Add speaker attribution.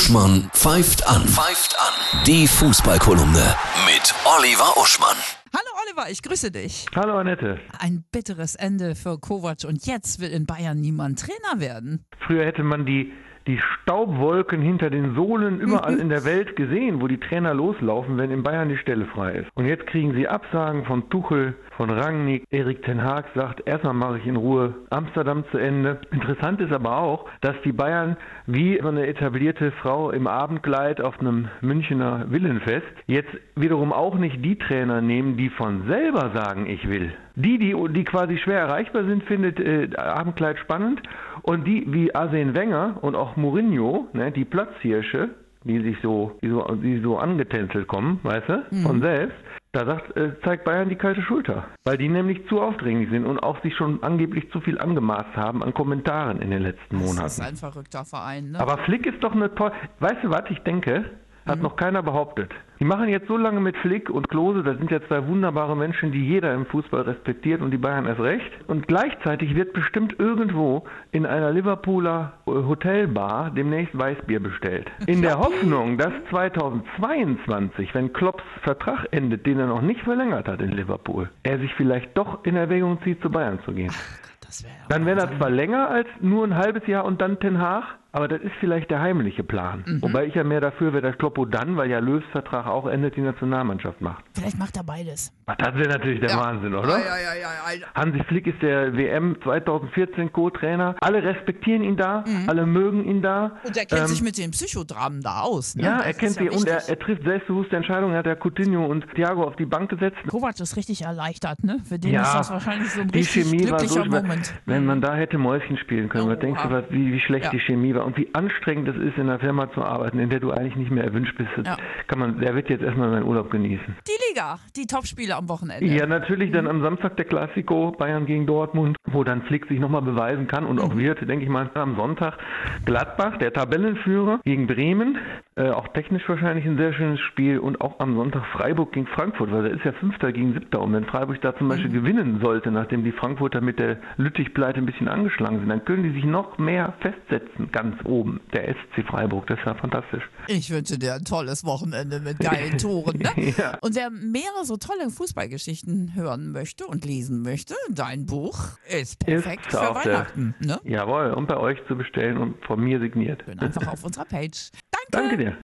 Speaker 1: Uschmann pfeift an. Pfeift an. Die Fußballkolumne mit Oliver Uschmann.
Speaker 2: Hallo Oliver, ich grüße dich.
Speaker 3: Hallo Annette.
Speaker 2: Ein bitteres Ende für Kovac und jetzt will in Bayern niemand Trainer werden.
Speaker 3: Früher hätte man die, die Staubwolken hinter den Sohlen überall in der Welt gesehen, wo die Trainer loslaufen, wenn in Bayern die Stelle frei ist. Und jetzt kriegen sie Absagen von Tuchel, von Rangnick. Erik Ten Haag sagt, erstmal mache ich in Ruhe Amsterdam zu Ende. Interessant ist aber auch, dass die Bayern wie so eine etablierte Frau im Abendkleid auf einem Münchner Villenfest jetzt wiederum auch nicht die Trainer nehmen, die von selber sagen, ich will. Die, die, die quasi schwer erreichbar sind, findet äh, Abendkleid spannend. Und die wie Arsene Wenger und auch Mourinho, ne, die Platzhirsche, die sich so, die so, die so angetänzelt kommen, weißt du,
Speaker 2: Mhm.
Speaker 3: von selbst, da sagt, äh, zeigt Bayern die kalte Schulter. Weil die nämlich zu aufdringlich sind und auch sich schon angeblich zu viel angemaßt haben an Kommentaren in den letzten Monaten.
Speaker 2: Das ist ein verrückter Verein, ne?
Speaker 3: Aber Flick ist doch eine tolle. Weißt du, was ich denke? Hat noch keiner behauptet. Die machen jetzt so lange mit Flick und Klose, das sind ja zwei wunderbare Menschen, die jeder im Fußball respektiert und die Bayern erst recht. Und gleichzeitig wird bestimmt irgendwo in einer Liverpooler äh, Hotelbar demnächst Weißbier bestellt. In der Hoffnung, dass 2022, wenn Klopps Vertrag endet, den er noch nicht verlängert hat in Liverpool, er sich vielleicht doch in Erwägung zieht, zu Bayern zu gehen.
Speaker 2: Das wäre
Speaker 3: Dann wäre das zwar länger als nur ein halbes Jahr und dann Ten Haag, aber das ist vielleicht der heimliche Plan.
Speaker 2: Mhm.
Speaker 3: Wobei ich ja mehr dafür wäre, dass Kloppo dann, weil ja Löws Vertrag auch endet, die Nationalmannschaft macht.
Speaker 2: Vielleicht macht er beides.
Speaker 3: Ach, das wäre natürlich der Wahnsinn, oder?
Speaker 2: Ja, ja, ja, ja.
Speaker 3: Hansi Flick ist der WM 2014 Co-Trainer. Alle respektieren ihn da, alle mögen ihn da.
Speaker 2: Mhm. Und er kennt sich mit den Psychodramen da aus, ne?
Speaker 3: Ähm, Ja,
Speaker 2: Das
Speaker 3: er
Speaker 2: ist
Speaker 3: kennt sie und er,
Speaker 2: wichtig.
Speaker 3: er trifft selbstbewusste Entscheidungen. Er hat ja Coutinho und Thiago auf die Bank gesetzt.
Speaker 2: Kovac ist richtig erleichtert, ne? Für den ist das wahrscheinlich so ein
Speaker 3: die
Speaker 2: richtig
Speaker 3: Chemie war so,
Speaker 2: glücklicher
Speaker 3: über-
Speaker 2: Moment.
Speaker 3: wenn man da hätte Mäuschen spielen können, was
Speaker 2: Oha.
Speaker 3: denkst du, was, wie, wie schlecht
Speaker 2: Ja.
Speaker 3: die Chemie war und wie anstrengend es ist, in einer Firma zu arbeiten, in der du eigentlich nicht mehr erwünscht bist. Das
Speaker 2: Ja.
Speaker 3: Kann man, der wird jetzt erstmal seinen Urlaub genießen.
Speaker 2: Die Liga, die Topspiele am Wochenende.
Speaker 3: Ja, natürlich dann am Samstag der Klassiko Bayern gegen Dortmund, wo dann Flick sich nochmal beweisen kann und auch wird, denke ich mal, am Sonntag Gladbach, der Tabellenführer gegen Bremen, äh, auch technisch wahrscheinlich ein sehr schönes Spiel und auch am Sonntag Freiburg gegen Frankfurt, weil der ist ja Fünfter gegen Siebter und wenn Freiburg da zum Beispiel gewinnen sollte, nachdem die Frankfurter mit der Lüttich-Pleite ein bisschen angeschlagen sind, dann können die sich noch mehr festsetzen, ganz oben, der SC Freiburg, das ist ja fantastisch.
Speaker 2: Ich wünsche dir ein tolles Wochenende mit geilen Toren. Ne?
Speaker 3: Ja.
Speaker 2: Und wer mehrere so tolle Fußballgeschichten hören möchte und lesen möchte, dein Buch ist perfekt
Speaker 3: Ist
Speaker 2: für
Speaker 3: auf der-
Speaker 2: Weihnachten. Ne?
Speaker 3: Jawohl, und bei euch zu bestellen und von mir signiert.
Speaker 2: Schön einfach auf unserer Page. Danke.
Speaker 3: Danke dir.